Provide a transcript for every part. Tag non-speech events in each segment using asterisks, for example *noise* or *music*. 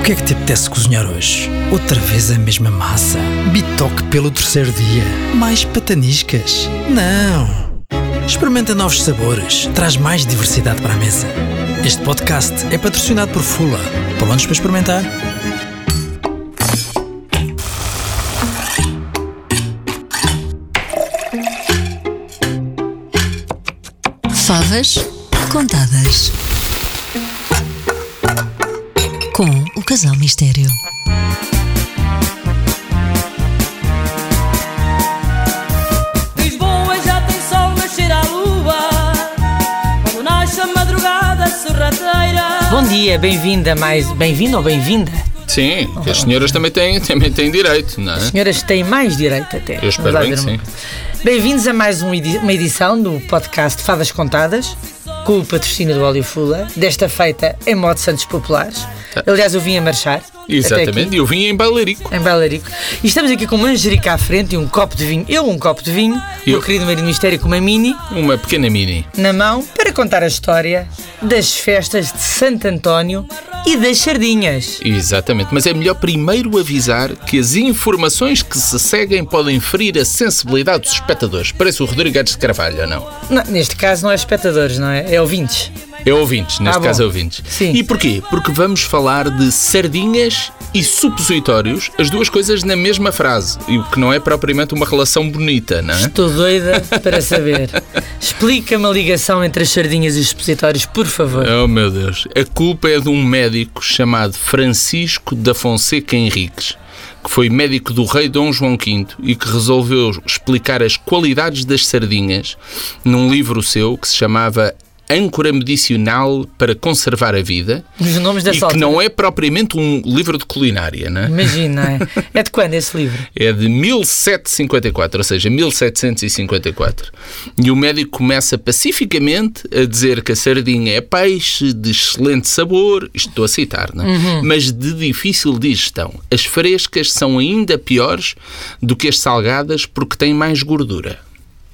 O que é que te apetece cozinhar hoje? Outra vez a mesma massa? Bitoque pelo terceiro dia? Mais pataniscas? Não! Experimenta novos sabores, traz mais diversidade para a mesa. Este podcast é patrocinado por Fula. Prontos para experimentar? Favas contadas. Com o Casal Mistério. Lisboa já tem sol, nascer à lua. Quando nasce a madrugada sorrateira. Bom dia, bem-vinda mais. Bem-vindo ou bem-vinda? Sim, que as senhoras também têm, também têm direito, não é? Senhoras têm mais direito até. Eu espero bem que Vamos lá sim. ver uma- Bem-vindos a mais um edi- uma edição do podcast Fadas Contadas, com o patrocínio do Óleo Fula, desta feita em modo Santos Populares. Aliás, eu vim a marchar. Até Tá. Exatamente, aqui. e eu vim em bailarico. Em Bailarico. E estamos aqui com uma manjerica à frente e um copo de vinho. Eu, um copo de vinho. O Eu. meu querido marido mistério com uma mini Uma pequena mini. na mão para contar a história das festas de Santo António e das sardinhas. Exatamente, mas é melhor primeiro avisar que as informações que se seguem podem ferir a sensibilidade dos espectadores. Parece o Rodrigo Gatos de Carvalho, ou não? Não, neste caso não é espectadores, não é? É ouvintes. É ouvintes, neste Ah, bom. caso é ouvintes. Sim. E porquê? Porque vamos falar de sardinhas e supositórios, as duas coisas na mesma frase, e o que não é propriamente uma relação bonita, não é? Estou doida para saber. Explica-me a ligação entre as sardinhas e os expositórios, por favor. Oh meu Deus, a culpa é de um médico chamado Francisco da Fonseca Henriques, que foi médico do rei Dom João V e que resolveu explicar as qualidades das sardinhas num livro seu que se chamava Âncora Medicinal para Conservar a Vida Os nomes da e que salta. não é propriamente um livro de culinária, né? Imagina, é. É de quando esse livro? É de 1754, ou seja, 1754. E o médico começa pacificamente a dizer que a sardinha é peixe de excelente sabor, isto estou a citar, não é? Uhum. mas de difícil digestão. As frescas são ainda piores do que as salgadas porque têm mais gordura.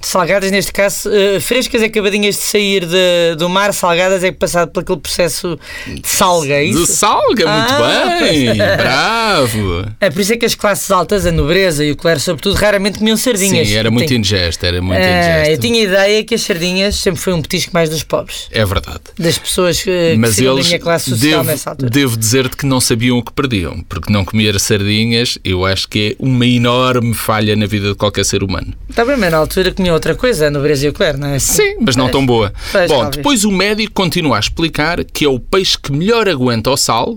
Salgadas, neste caso, eh, frescas, acabadinhas de sair de- do mar, salgadas é que passado por aquele processo de salga, é De isso? salga, muito Ah, bem! *laughs* Bravo! É por isso é que as classes altas, a nobreza e o clero, sobretudo, raramente comiam sardinhas. Sim, era muito Tem- indigesto, era muito Ah, indigesto. Eu tinha ideia que as sardinhas sempre foi um petisco mais dos pobres. É verdade. Das pessoas eh, que, que Mas saíram da eles, minha classe social nessa devo, altura. devo dizer-te que não sabiam o que perdiam, porque não comer sardinhas eu acho que é uma enorme falha na vida de qualquer ser humano. Está Tá bem, mas na altura comia outra coisa, a nobreza e o clero, não é? Sim, mas não tão boa. Pois, Bom, talvez. depois o médico continua a explicar que é o peixe que melhor aguenta o sal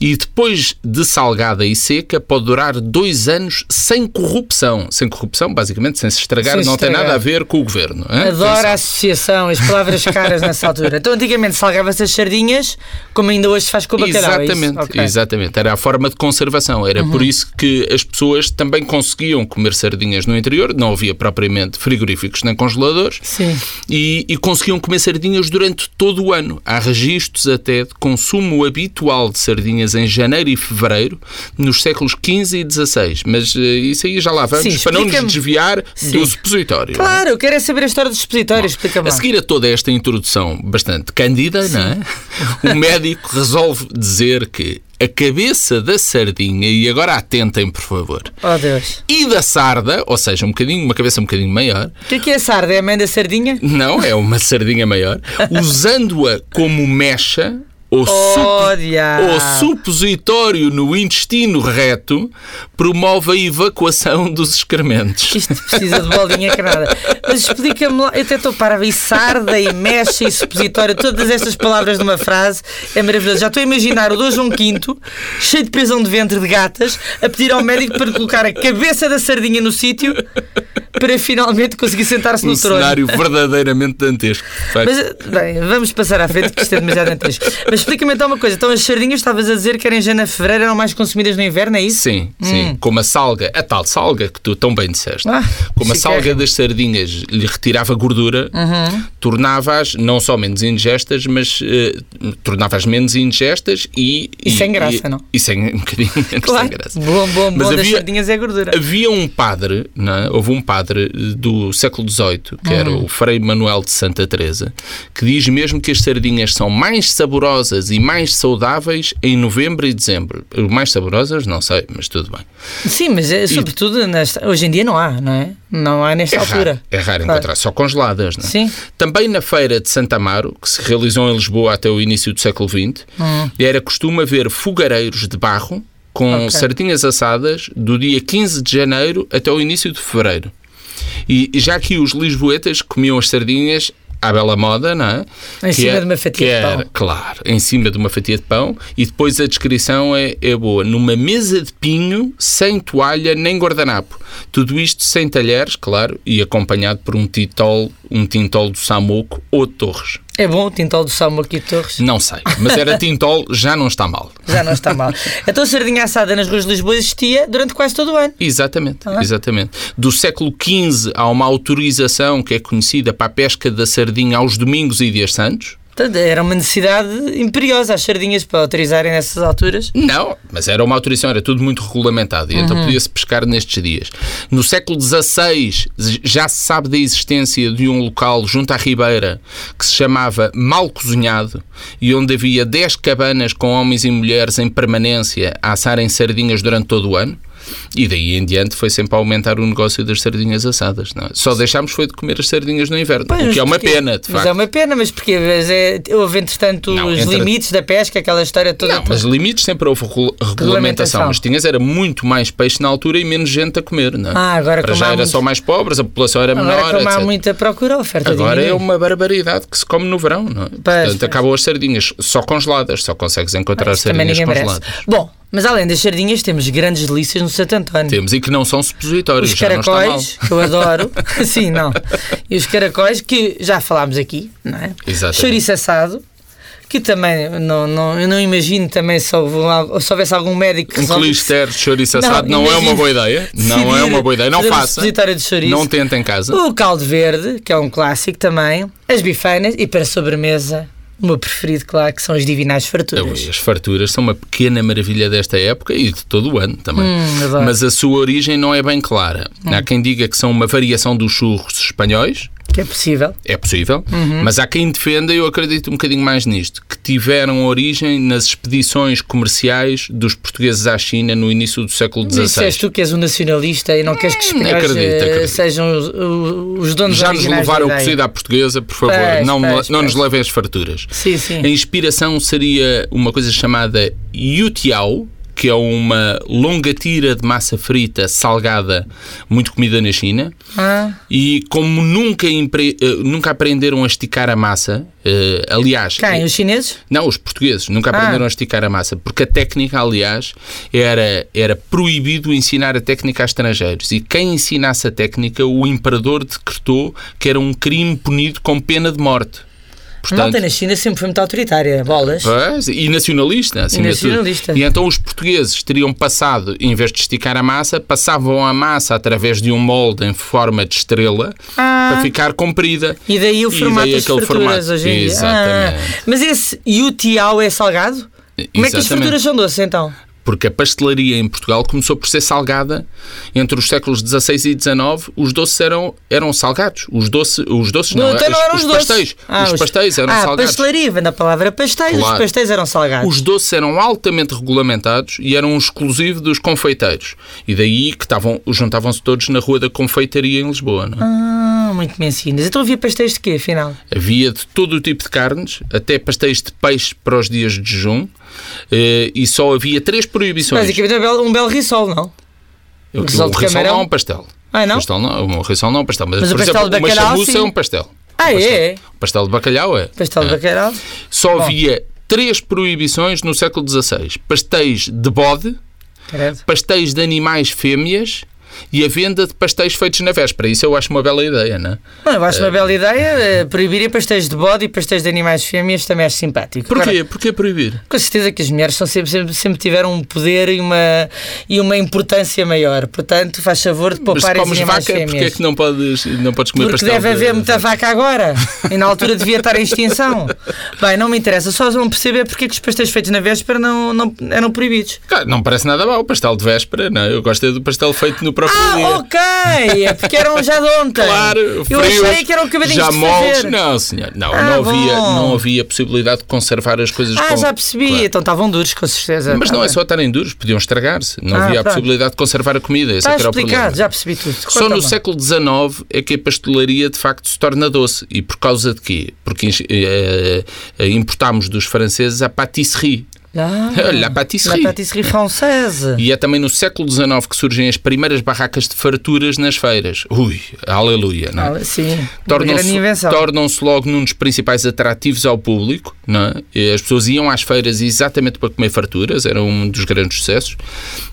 e depois de salgada e seca pode durar dois anos sem corrupção. Sem corrupção, basicamente, sem se estragar, Sem se não tem estragar. nada a ver com o governo. hã? Adoro Atenção. a associação, as palavras caras nessa altura. Então, antigamente salgava-se as sardinhas, como ainda hoje se faz com o bacalhau. é isso? Exatamente, Ok. Uhum. exatamente. Era a forma de conservação. Era por isso que as pessoas também conseguiam comer sardinhas no interior. Não havia propriamente frigoríficos nem congeladores. Sim. E, e conseguiam comer sardinhas durante todo o ano. Há registros até de consumo habitual de sardinhas em janeiro e fevereiro nos séculos XV e XVI. Mas eh, isso aí já lá vamos, Sim, para não nos explica-me. desviar Sim. do supositório. não é? Claro, eu quero é saber a história dos expositórios, explica-me. A lá. seguir a toda esta introdução bastante cândida, não é? O médico resolve dizer que a cabeça da sardinha, e agora atentem, por favor, Oh, Deus. e da sarda, ou seja, um bocadinho, uma cabeça um bocadinho maior, O que é que é a sarda? É a mãe da sardinha? não, é uma sardinha maior, usando-a como mecha ou supo- Oh, diabo. ou supositório no intestino reto, promove a evacuação dos excrementos. Isto precisa de bolinha que nada. Mas explica-me lá, eu até estou para ver sarda e mecha e supositório, todas estas palavras numa frase, é maravilhoso. Já estou a imaginar o Dom João V, cheio de prisão de ventre de gatas, a pedir ao médico para colocar a cabeça da sardinha no sítio para finalmente conseguir sentar-se Um no é trono. cenário verdadeiramente dantesco. de facto. Mas, bem, vamos passar à frente, que isto é demasiado antes. Mas explica-me então uma coisa: então as sardinhas, estavas a dizer que eram em janeiro, fevereiro, eram mais consumidas no inverno, é isso? Sim, sim. Como a salga, a tal salga que tu tão bem disseste, Ah, como a chiquérrimo. salga das sardinhas lhe retirava gordura, Uhum. tornava-as não só menos ingestas, mas eh, tornava-as menos ingestas e, E sem graça, não? E sem um bocadinho *laughs* menos sem Claro. graça. Bom, bom, bom Mas das havia- sardinhas é gordura. Havia um padre, não é? houve um padre padre do século XVIII, que era Hum. o Frei Manuel de Santa Teresa, que diz mesmo que as sardinhas são mais saborosas e mais saudáveis em novembro e dezembro. Eh, Mais saborosas, não sei, mas tudo bem. Sim, mas é, sobretudo nesta- hoje em dia não há, não é? Não há nesta É raro, altura. é Claro. raro encontrar, só congeladas. Não é? Sim. Também na feira de Santa Amaro, que se realizou em Lisboa até o início do século XX, era costume haver fogareiros de barro com Hum. Ok. sardinhas assadas do dia 15 de janeiro até o início de fevereiro. E já que os lisboetas comiam as sardinhas à bela moda, não é? Em cima é- de uma fatia que de pão. era- Claro, em cima de uma fatia de pão. E depois a descrição é, é boa. Numa mesa de pinho, sem toalha nem guardanapo. Tudo isto sem talheres, claro, e acompanhado por um tintol, um tintol do Samuco ou de Torres. É bom o tintol do Salmo aqui de Torres. Não sei, mas era tintol, já não está mal. Já não está *laughs* mal. Então a sardinha assada nas ruas de Lisboa existia durante quase todo o ano. Exatamente, Tá exatamente. Do século XV há uma autorização que é conhecida para a pesca da sardinha aos domingos e dias santos. Portanto, era uma necessidade imperiosa as sardinhas para autorizarem nessas alturas. Não, mas era uma autorização, era tudo muito regulamentado e então podia-se pescar nestes dias. No século XVI já se sabe da existência de um local junto à Ribeira que se chamava Mal Cozinhado e onde havia 10 cabanas com homens e mulheres em permanência a assarem sardinhas durante todo o ano. E daí em diante foi sempre a aumentar o negócio das sardinhas assadas. não é? Só deixámos foi de comer as sardinhas no inverno, Pois, o que é mas uma porquê? pena, de Mas facto. é uma pena, mas porque mas é, houve entretanto Não, os entre- limites da pesca, aquela história toda. Não, mas limites sempre houve regula- Regulamentação. regulamentação. Mas tinhas era muito mais peixe na altura e menos gente a comer, não é? Ah, agora Para como já há era muito- só mais pobres, a população era Agora, menor, como há etc. muita procura, a oferta Agora é diminui. uma barbaridade que se come no verão, não é? Portanto, pois. acabam as sardinhas só congeladas, só consegues encontrar Isto também sardinhas ninguém merece. congeladas. Bom, mas além das sardinhas, temos grandes delícias no Santo António. Temos e que não são supositórios, Os já não está mal. caracóis, que eu adoro. *laughs* Sim, não. E os caracóis, que já falámos aqui, não é? Exatamente. Chouriço assado, que também, não, não, eu não imagino também se, houve lá- se houvesse algum médico que Um resolve- clister de chouriço Não, assado não, é imagina- uma boa ideia. Não é decidir uma boa ideia. Não fazer um faça. supositório de chouriço. Não tenta em casa. O caldo verde, que é um clássico também. As bifanas e para sobremesa, o meu preferido, claro, que são as divinais farturas. Então, As farturas são uma pequena maravilha desta época e de todo o ano também. Hum, adoro. Mas a sua origem não é bem clara. Há quem diga que são uma variação dos churros espanhóis, Que é possível. é possível, Uhum. mas há quem defenda, e eu acredito um bocadinho mais nisto, que tiveram origem nas expedições comerciais dos portuguesses à China no início do século Disseste XVI. tu que és um nacionalista e não queres que os Hum, espanhóis acredito, eh, acredito. sejam os, o- os donos Já nos originais da levaram o ideia. cozido à portuguesa, por favor, Pois, não, pois, não nos pois. levem as farturas. Sim, sim. A inspiração seria uma coisa chamada yutiao, que é uma longa tira de massa frita salgada, muito comida na China. Ah. E como nunca, empre- eh, nunca aprenderam a esticar a massa, eh, aliás. Quem? Os chineses? Não, os portugueses nunca Ah. aprenderam a esticar a massa, porque a técnica, aliás, era, era proibido ensinar a técnica a estrangeiros. E quem ensinasse a técnica, o imperador decretou que era um crime punido com pena de morte. A Malta na China sempre foi muito autoritária. Bolas. Pois, e nacionalista, acima E de tudo. nacionalista. E então os portugueses teriam passado, em vez de esticar a massa, passavam a massa através de um molde em forma de estrela Ah. para ficar comprida. E daí o formato daí das aquele frituras formato. hoje em dia. Exatamente. Ah, mas esse yutiao é salgado? Como é que as Exatamente. frituras são doces então? Porque a pastelaria em Portugal começou por ser salgada entre os séculos XVI e XIX. Os doces eram, eram salgados. Os, doce, os doces não, então não os- eram os, os doces. pastéis. Ah, os pastéis eram ah, salgados. pastelaria, vem da palavra pastéis, os Claro. pastéis eram salgados. Os doces eram altamente regulamentados e eram um exclusivo dos confeiteiros. E daí que estavam, juntavam-se todos na Rua da Confeitaria em Lisboa. Não é? Ah, muito mencinas. Então havia pastéis de quê, afinal? Havia de todo o tipo de carnes, até pastéis de peixe para os dias de jejum. eh, E só havia três proibições. Basicamente um belo, um belo risol, não? O Risol de risol camarão? não é um pastel. Ah, não? Pastel não, o risol não é um pastel. Mas, Mas o por pastel de exemplo, uma bacalhau, chamuça sim. é um pastel. Ah, é? Um O pastel de bacalhau é. Pastel de É. bacalhau? Só havia três proibições no século XVI. Pastéis de bode, Credo. pastéis de animais fêmeas e a venda de pastéis feitos na véspera. Isso eu acho uma bela ideia, não é? Não, eu acho uma bela ideia eh, proibirem pastéis de bode e pastéis de animais fêmeas, também acho simpático. Agora, Porquê? Porquê proibir? Com certeza que as mulheres são sempre, sempre, sempre tiveram um poder e uma, e uma importância maior. Portanto, faz favor de Mas se poupar as comes vaca, animais porquê é fêmeas. que não podes, não podes comer Porque pastel? deve de- haver muita vaca agora. E na altura devia estar em *laughs* extinção. Bem, não me interessa. Só não percebo é porque é que os pastéis feitos na véspera não, não eram proibidos. Cara, Não parece nada mal o pastel de véspera, não é? Eu gosto é do pastel feito no profilia. Ah, ok! É porque eram já de ontem. Claro, Eu frio, achei que eram acabadinhos já de moles. fazer. Não, senhor. Não, Ah, não, havia, bom. não havia possibilidade de conservar as coisas Ah, com- já percebi. Claro. Então estavam duros, com certeza. Mas Tá não é bem. só estarem duros, podiam estragar-se. Não Ah, havia a pronto. possibilidade de conservar a comida. Esse Está é que era o problema. Tá explicado, já percebi tudo. Só Conta-me. no século XIX é que a pastelaria de facto se torna doce. E por causa de quê? Porque eh, eh, importámos dos franceses a pâtisserie. Ah, La pâtisserie. La pâtisserie française. E é também no século XIX que surgem as primeiras barracas de farturas nas feiras. Ui, aleluia, não é? Ah, sim, uma grande Tornam-se invenção. tornam-se logo num dos principais atrativos ao público. Não é? E As pessoas iam às feiras exatamente para comer farturas, era um dos grandes sucessos.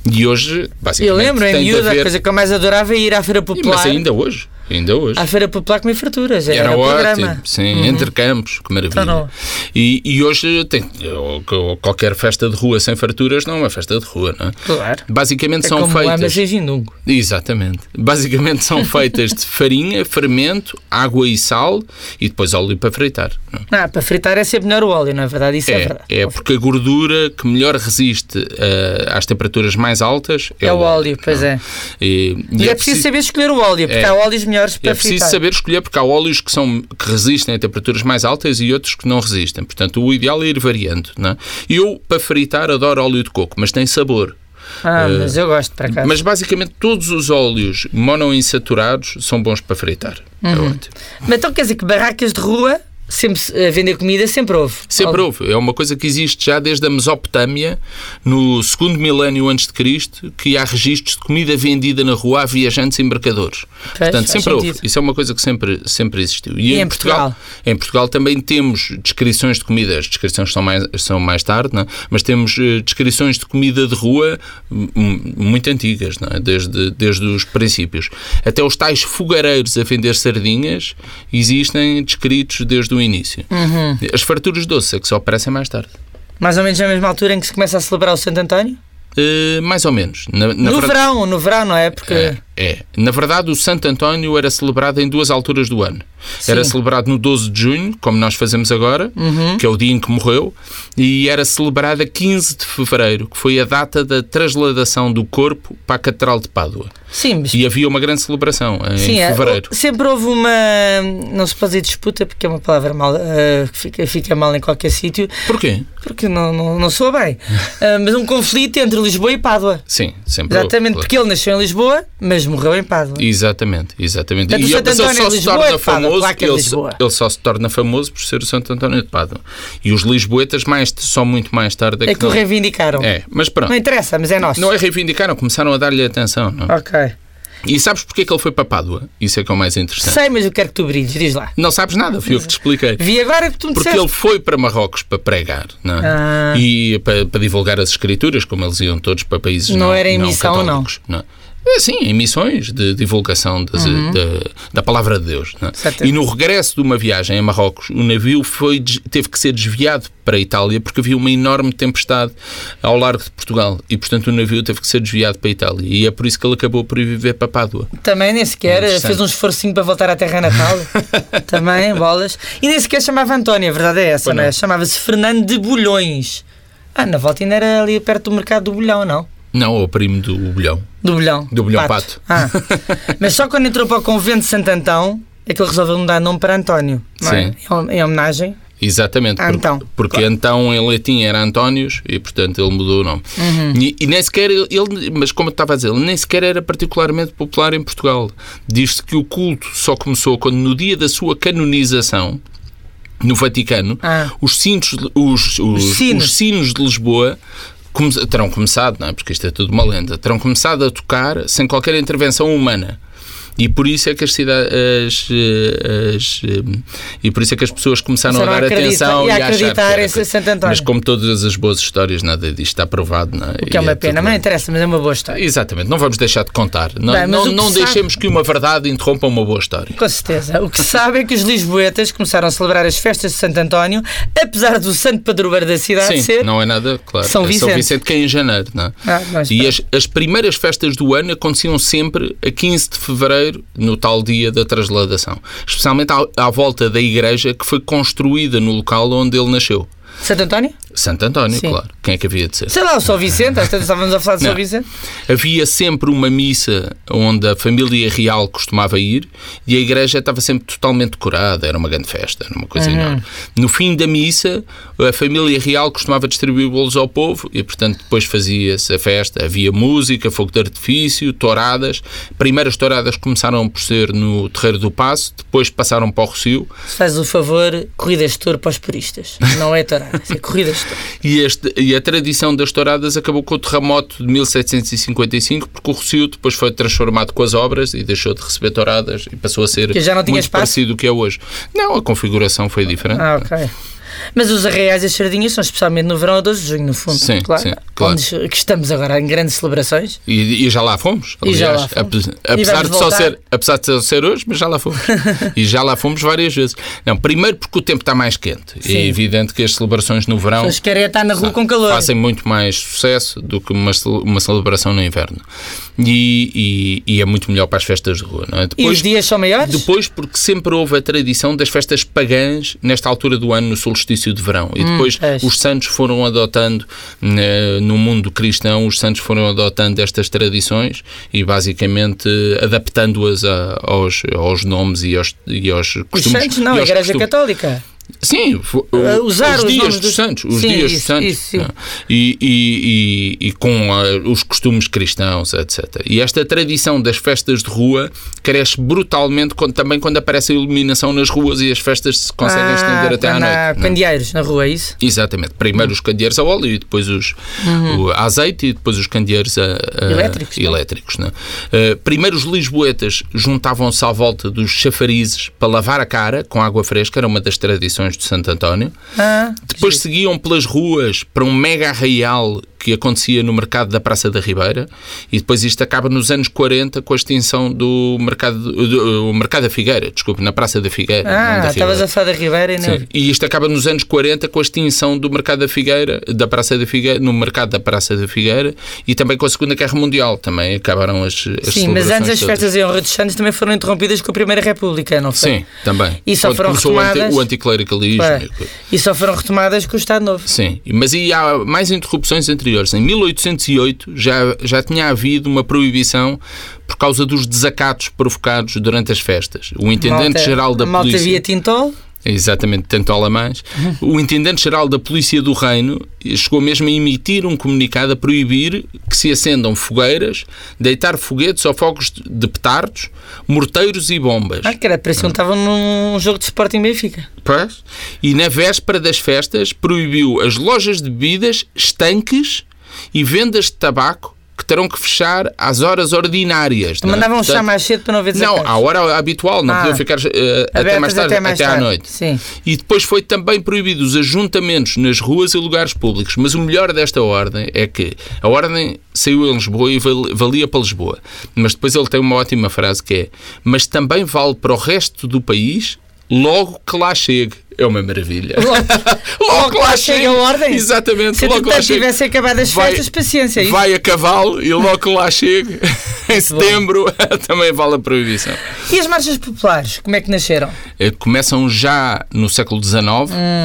E hoje, Eu basicamente, lembro, em tem de miúda, a haver- coisa que eu mais adorava é ir à Feira Ih, Popular. Mas ainda hoje, ainda hoje. À Feira Popular comer frituras. Ah, Era, Era, o programa. Uhum. ótimo, sim, entre campos, que maravilha. Então não. E, e hoje tem, ou- ou qualquer festa de rua sem farturas não é uma festa de rua, não é? Claro. Basicamente É são como lá, feitas. mas em Vindungo. Exatamente. Basicamente são feitas de farinha, fermento, água e sal e depois óleo para fritar. não é? Ah, para fritar é sempre melhor o óleo, não é verdade? Isso é, É, verdade. é porque a gordura que melhor resiste eh, às temperaturas mais altas é, É o óleo, pois não é. E, e E é, preciso saber escolher o óleo, porque É. há óleos melhores para É preciso fritar. saber escolher, porque há óleos que, são, que resistem a temperaturas mais altas e outros que não resistem. Portanto, o ideal é ir variando. Não é? Eu, para fritar, adoro óleo de coco, mas tem sabor. Ah, mas eu gosto para cá. Mas, basicamente, todos os óleos monoinsaturados são bons para fritar. É ótimo. Mas então quer dizer que barracas de rua, sempre se- a vender comida, sempre houve. Sempre houve. É uma coisa que existe já desde a Mesopotâmia, no segundo milénio antes de Cristo, que há registros de comida vendida na rua a viajantes e mercadores. Portanto, faz sempre houve. sentido. Isso é uma coisa que sempre, sempre existiu. E em Portugal? Em Portugal também temos descrições de comida. As descrições são mais, são mais tarde, não é? mas temos eh, descrições de comida de rua hum, hum, muito antigas, não é? desde, desde os princípios. Até os tais fogareiros a vender sardinhas existem descritos desde o início. Uhum. As farturas doces é que só aparecem mais tarde. Mais ou menos na mesma altura em que se começa a celebrar o Santo António? Eh, mais ou menos. Na, na no verdade- verão, no verão, não é? Porque. É, é. Na verdade, o Santo António era celebrado em duas alturas do ano. Era celebrado no 12 de junho, como nós fazemos agora, Uhum. que é o dia em que morreu, e era celebrado a 15 de fevereiro, que foi a data da trasladação do corpo para a Catedral de Pádua. Sim, mas. E havia uma grande celebração em Sim, é, fevereiro. o- sempre houve uma. Não se pode dizer disputa, porque é uma palavra mal, eh, que fica, fica mal em qualquer sítio, Porquê? porque não, não, não soa *laughs* bem. Ah, mas um conflito entre Lisboa e Pádua. Sim, sempre. houve, Exatamente, claro. porque ele nasceu em Lisboa, mas morreu em Pádua. Exatamente, exatamente. Portanto, o Santo mas ele António só de se Lisboa torna é de Pádua, famoso, claro que é de ele, só- Lisboa. ele só se torna famoso por ser o Santo António de Pádua. E os lisboetas mais, só muito mais tarde é, é que o não- reivindicaram. É, mas pronto. Não interessa, mas é nosso. Não é reivindicaram, começaram a dar-lhe atenção. Não? é? Ok. E sabes porque é que ele foi para Pádua? Isso é que é o mais interessante. Sei, mas eu quero que tu brilhes, diz lá. Não sabes nada, fui eu que te expliquei. Vi agora que tu me Porque disseste. ele foi para Marrocos para pregar não é? Ah. e para, para divulgar as escrituras, como eles iam todos para países Não não, era em missão, não? católicos, não. é? É, Sim, em missões de divulgação das- da, da palavra de Deus. não é? Uhum. Certo. E no regresso de uma viagem a Marrocos, o navio foi, des- teve que ser desviado para a Itália porque havia uma enorme tempestade ao largo de Portugal e, portanto, o navio teve que ser desviado para a Itália. E é por isso que ele acabou por ir viver para Pádua. Também nem sequer Interessante. fez um esforcinho para voltar à terra *laughs* natal. Também, bolas. E nem sequer chamava António, a verdade é essa, Pois não não. é? Chamava-se Fernando de Bulhões. Ah, na volta ainda era ali perto do mercado do Bulhão, não? Não, o primo do Bolhão. Do Bulhão. Do Bulhão Pato. Ah. *laughs* Mas só quando entrou para o convento de Santo Antão é que ele resolveu mudar nome para António. Não é? Sim. Em hom- Em homenagem. Exatamente, Ah, por- então, porque então em latim era Antónios e portanto ele mudou o nome. Uhum. E, e nem sequer ele, ele- mas como eu estava a dizer, ele nem sequer era particularmente popular em Portugal. Diz-se que o culto só começou quando no dia da sua canonização no Vaticano, Ah. os, cintos, de- os, os, Os sinos. os sinos de Lisboa come- terão começado, não é? Porque isto é tudo uma lenda, terão começado a tocar sem qualquer intervenção humana. E por isso é que as cidades. e por isso é que as pessoas começaram, Começaram a a dar acreditar- atenção e a e a achar que acreditar era em coisa. Santo António. Mas como todas as boas histórias, nada disto está provado, não é? O que é uma pena, mas não interessa, mas é uma boa história. Exatamente, não vamos deixar de contar. Não, Bem, mas não, o que não sabe- deixemos que uma verdade interrompa uma boa história. Com certeza. O que se sabe é que os lisboetas começaram a celebrar as festas de Santo António, apesar do santo padroeiro da cidade Sim, ser. não é nada, claro. São é Vicente. São Vicente que é em janeiro, não é? Ah, mas e pronto. as, as primeiras festas do ano aconteciam sempre a 15 de fevereiro, no tal dia da trasladação. Especialmente à, à volta da igreja que foi construída no local onde ele nasceu. Santo António? Santo António, Sim. claro. Quem é que havia de ser? Sei lá, o São Vicente, às vezes estávamos a falar de São Não. Vicente. Havia sempre uma missa onde a família real costumava ir e a igreja estava sempre totalmente decorada, era uma grande festa, era uma coisa enorme. No fim da missa, a família real costumava distribuir bolos ao povo e, portanto, depois fazia-se a festa. Havia música, fogo de artifício, touradas. Primeiras touradas começaram por ser no Terreiro do Passo, depois passaram para o Rocio. Se faz o favor, corridas de touro para os puristas. Não é touradas, *laughs* é corridas de touro. E, este- e a tradição das touradas acabou com o terremoto de 1755, porque o Rossio depois foi transformado com as obras e deixou de receber touradas e passou a ser Que já não tinha muito espaço? parecido do que é hoje. Não, a configuração foi diferente. Ah, ok. Mas os arraiais e as sardinhas são especialmente no verão a 12 de junho, no fundo. Sim, claro. sim, claro. Onde que estamos agora em grandes celebrações. E, e já lá fomos, E aliás. já lá fomos. Ape- E Apesar, vamos de só voltar. ser, apesar de só ser hoje, mas já *laughs* lá fomos. e já lá fomos várias vezes. Não, primeiro porque o tempo está mais quente. É evidente que as celebrações no verão As querem é estar na rua com calor. Tá. fazem muito mais sucesso do que uma, cele- uma celebração no inverno. E, e- e é muito melhor para as festas de rua, não é? e os dias são maiores? Depois, porque sempre houve a tradição das festas pagãs nesta altura do ano, no solstício de verão. E depois Hum, pois. os santos foram adotando, né, no mundo cristão, os santos foram adotando estas tradições e basicamente adaptando-as a- aos, aos nomes e aos, e aos Os costumes. santos não, e a aos Igreja costumes. Católica. Sim, fo- Uh, usar os os dias nomes dos, dos- santos, os Sim, dias dos isso, santos, isso, sim. não é? e, e- e- e com ah, os costumes cristãos, etc. E esta tradição das festas de rua cresce brutalmente quando- também quando aparece a iluminação nas ruas e as festas se conseguem estender até à quando há noite. não é? Ah, candeeiros na rua, é isso? Exatamente. Primeiro os candeeiros a óleo e depois os o a azeite e depois os candeeiros a, a- Uhum. Elétricos, não é? elétricos, não é? Uh, primeiro os lisboetas juntavam-se à volta dos chafarizes para lavar a cara com água fresca, era uma das tradições de Santo António. Ah, Depois seguiam pelas ruas para um mega arraial que acontecia no mercado da Praça da Ribeira e depois isto acaba nos anos 40 com a extinção do mercado, do- o mercado da Figueira, desculpe, na Praça da Figueira. não ah da estavas Ribeira. a falar da Ribeira e não. Sim. E isto acaba nos anos 40 com a extinção do mercado da Figueira, da Praça da Figueira, no mercado da Praça da Figueira e também com a Segunda Guerra Mundial também acabaram as, as Sim, mas antes celebrações as todas. festas em honra dos santos também foram interrompidas com a Primeira República, não foi? Sim, também. E só Quando foram começou o anti- retomadas? o anticlericalismo. Pá, e é coisa. E só foram retomadas com o Estado Novo. Sim, mas e há mais interrupções anteriores. Em 1808 já, já tinha havido uma proibição por causa dos desacatos provocados durante as festas. O intendente-geral Malta- da a Malta polícia. via Tintol. Exatamente, tanto a mais. O intendente-geral da Polícia do Reino chegou mesmo a emitir um comunicado a proibir que se acendam fogueiras, deitar foguetes ou fogos de- de petardos, morteiros e bombas. Ah, cara, parecia que estavam num jogo de Sporting Benfica. Pois. E na véspera das festas proibiu as lojas de bebidas, estanques e vendas de tabaco que terão que fechar às horas ordinárias. não é? Mandavam Portanto, chá mais cedo para não ver Não, desacatos. à hora habitual, não Ah. podiam ficar eh, até Abertas mais tarde, até mais à tarde. noite. Sim. E depois foi também proibido os ajuntamentos nas ruas e lugares públicos. Mas o melhor desta ordem é que a ordem saiu em Lisboa e val- valia para Lisboa. Mas depois ele tem uma ótima frase que é: Mas também vale para o resto do país logo que lá chegue. É uma maravilha. *laughs* Logo, que lá chegue a ordem? Exatamente. Se logo que lá entretanto chegue. tivesse acabado as Vai- festas, paciência. é isso? Vai a cavalo e logo que lá chegue, *laughs* em setembro, *laughs* também vale a proibição. E as marchas populares, como é que nasceram? Eh, Começam já no século XIX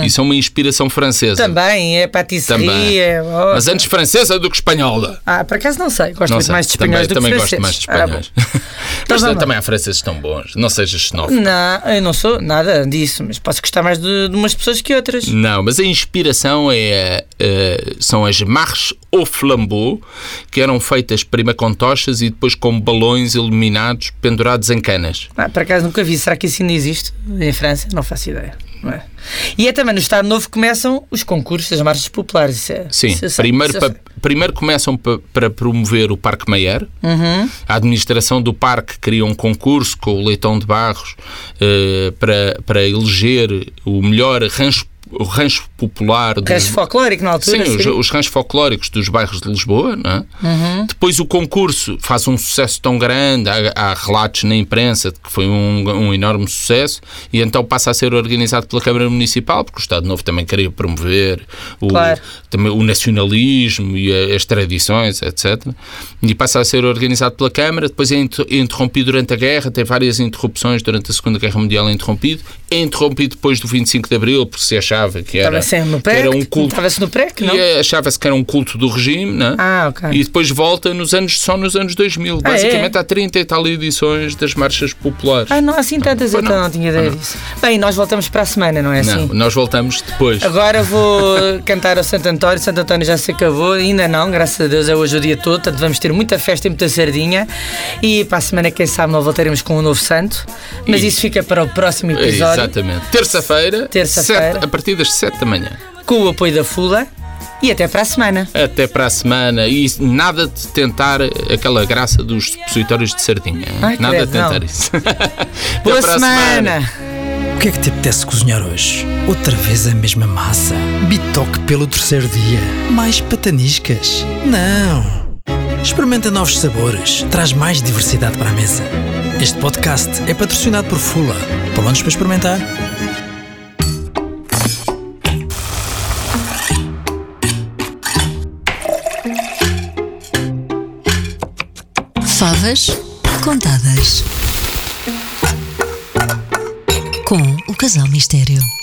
e são uma inspiração francesa. Hum. Também, é Também. patisseria. é, ó. Mas antes francesa do que espanhola. Ah, por acaso não sei. Gosto Não muito sei, mais de também, espanhóis do também que gosto franceses. mais de Ah, bom. *laughs* espanhóis. Mas eh, vamos lá. Hum. também há franceses tão bons. Não sejas xenófobo. Não, eu não sou nada disso, mas posso gostar mais de, de umas pessoas que outras. Não, mas a inspiração é, eh, são as marches au flambeau, que eram feitas primeiro com tochas e depois com balões iluminados pendurados em canas. Ah, por acaso nunca vi. Será que isso ainda existe em França? Não faço ideia. Não é? E é também no Estado Novo que começam os concursos das marchas populares. Isso é- Sim, isso eu sei, isso primeiro, eu pa- sei. primeiro começam pa- para promover o Parque Mayer. A administração do parque cria um concurso com o Leitão de Barros eh, para, para eleger o melhor rancho, o rancho popular dos- Resto folclórico na altura. Sim, os, seria? os ranchos folclóricos dos bairros de Lisboa, não é? Depois o concurso faz um sucesso tão grande, há, há relatos na imprensa de que foi um, um enorme sucesso, e então passa a ser organizado pela Câmara Municipal, porque o Estado Novo também queria promover o, Claro. também o nacionalismo e a- as tradições, etc. E passa a ser organizado pela Câmara, depois é inter- interrompido durante a guerra, tem várias interrupções durante a Segunda Guerra Mundial, é interrompido, é interrompido depois do 25 de Abril, porque se achava achava que era, Estava-se no que PREC? era um culto. Estava-se no PREC, não? E eh, achava-se que era um culto do regime, né? Ah, ok. E depois volta nos anos, só nos anos 2000. Ah, Basicamente é? há 30 e tal edições das marchas populares. Ah, não, há assim tantas, eu Pois não. não tinha ideia disso. Bem, nós voltamos para a semana, não é não, assim? nós voltamos depois. Agora vou cantar ao Santo António. Santo António já se acabou, ainda não, graças a Deus é hoje o dia todo. Portanto, vamos ter muita festa e muita sardinha. E para a semana, quem sabe, nós voltaremos com um novo santo. Mas E- isso fica para o próximo É, episódio, Exatamente. Terça-feira, Terça-feira. sete- a partir das 7 da manhã. com o apoio da Fula. E até para a semana. Até para a semana e nada de tentar aquela graça dos supositórios de sardinha. Ai, nada credo, de tentar não. isso. *laughs* Até Boa para a semana. O que é que te apetece cozinhar hoje? Outra vez a mesma massa? Bitoque pelo terceiro dia? Mais pataniscas? Não! Experimenta novos sabores, traz mais diversidade para a mesa. Este podcast é patrocinado por Fula. Prontos para experimentar? Favas contadas. Com o Casal Mistério.